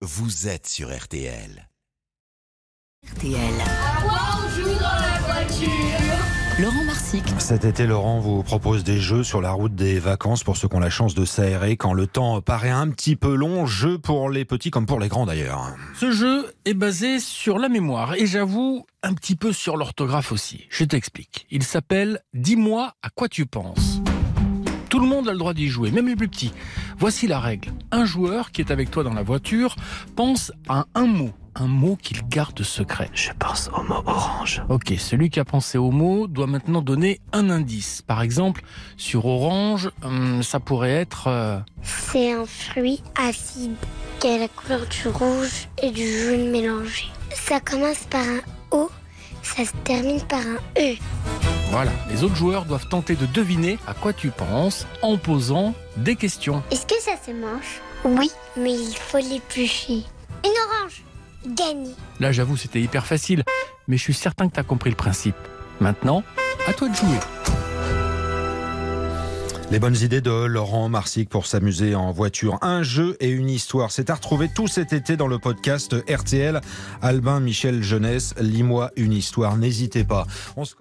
Vous êtes sur RTL. RTL. Laurent Marsic. Cet été, Laurent vous propose des jeux sur la route des vacances pour ceux qui ont la chance de s'aérer quand le temps paraît un petit peu long. Jeu pour les petits comme pour les grands d'ailleurs. Ce jeu est basé sur la mémoire et j'avoue un petit peu sur l'orthographe aussi. Je t'explique. Il s'appelle Dis-moi à quoi tu penses. Tout le monde a le droit d'y jouer, même les plus petits. Voici la règle. Un joueur qui est avec toi dans la voiture pense à un mot, un mot qu'il garde secret. Je pense au mot orange. Ok, celui qui a pensé au mot doit maintenant donner un indice. Par exemple, sur orange, hum, ça pourrait être... euh, C'est un fruit acide qui a la couleur du rouge et du jaune mélangé. Ça commence par un O, ça se termine par un E. Voilà, les autres joueurs doivent tenter de deviner à quoi tu penses en posant des questions. Est-ce que ça se mange Oui, mais il faut l'éplucher. Une orange Gagné Là, j'avoue, c'était hyper facile, mais je suis certain que tu as compris le principe. Maintenant, à toi de jouer. Les bonnes idées de Laurent Marsic pour s'amuser en voiture. Un jeu et une histoire. C'est à retrouver tout cet été dans le podcast RTL. Albin Michel Jeunesse, lis-moi une histoire. N'hésitez pas. On se-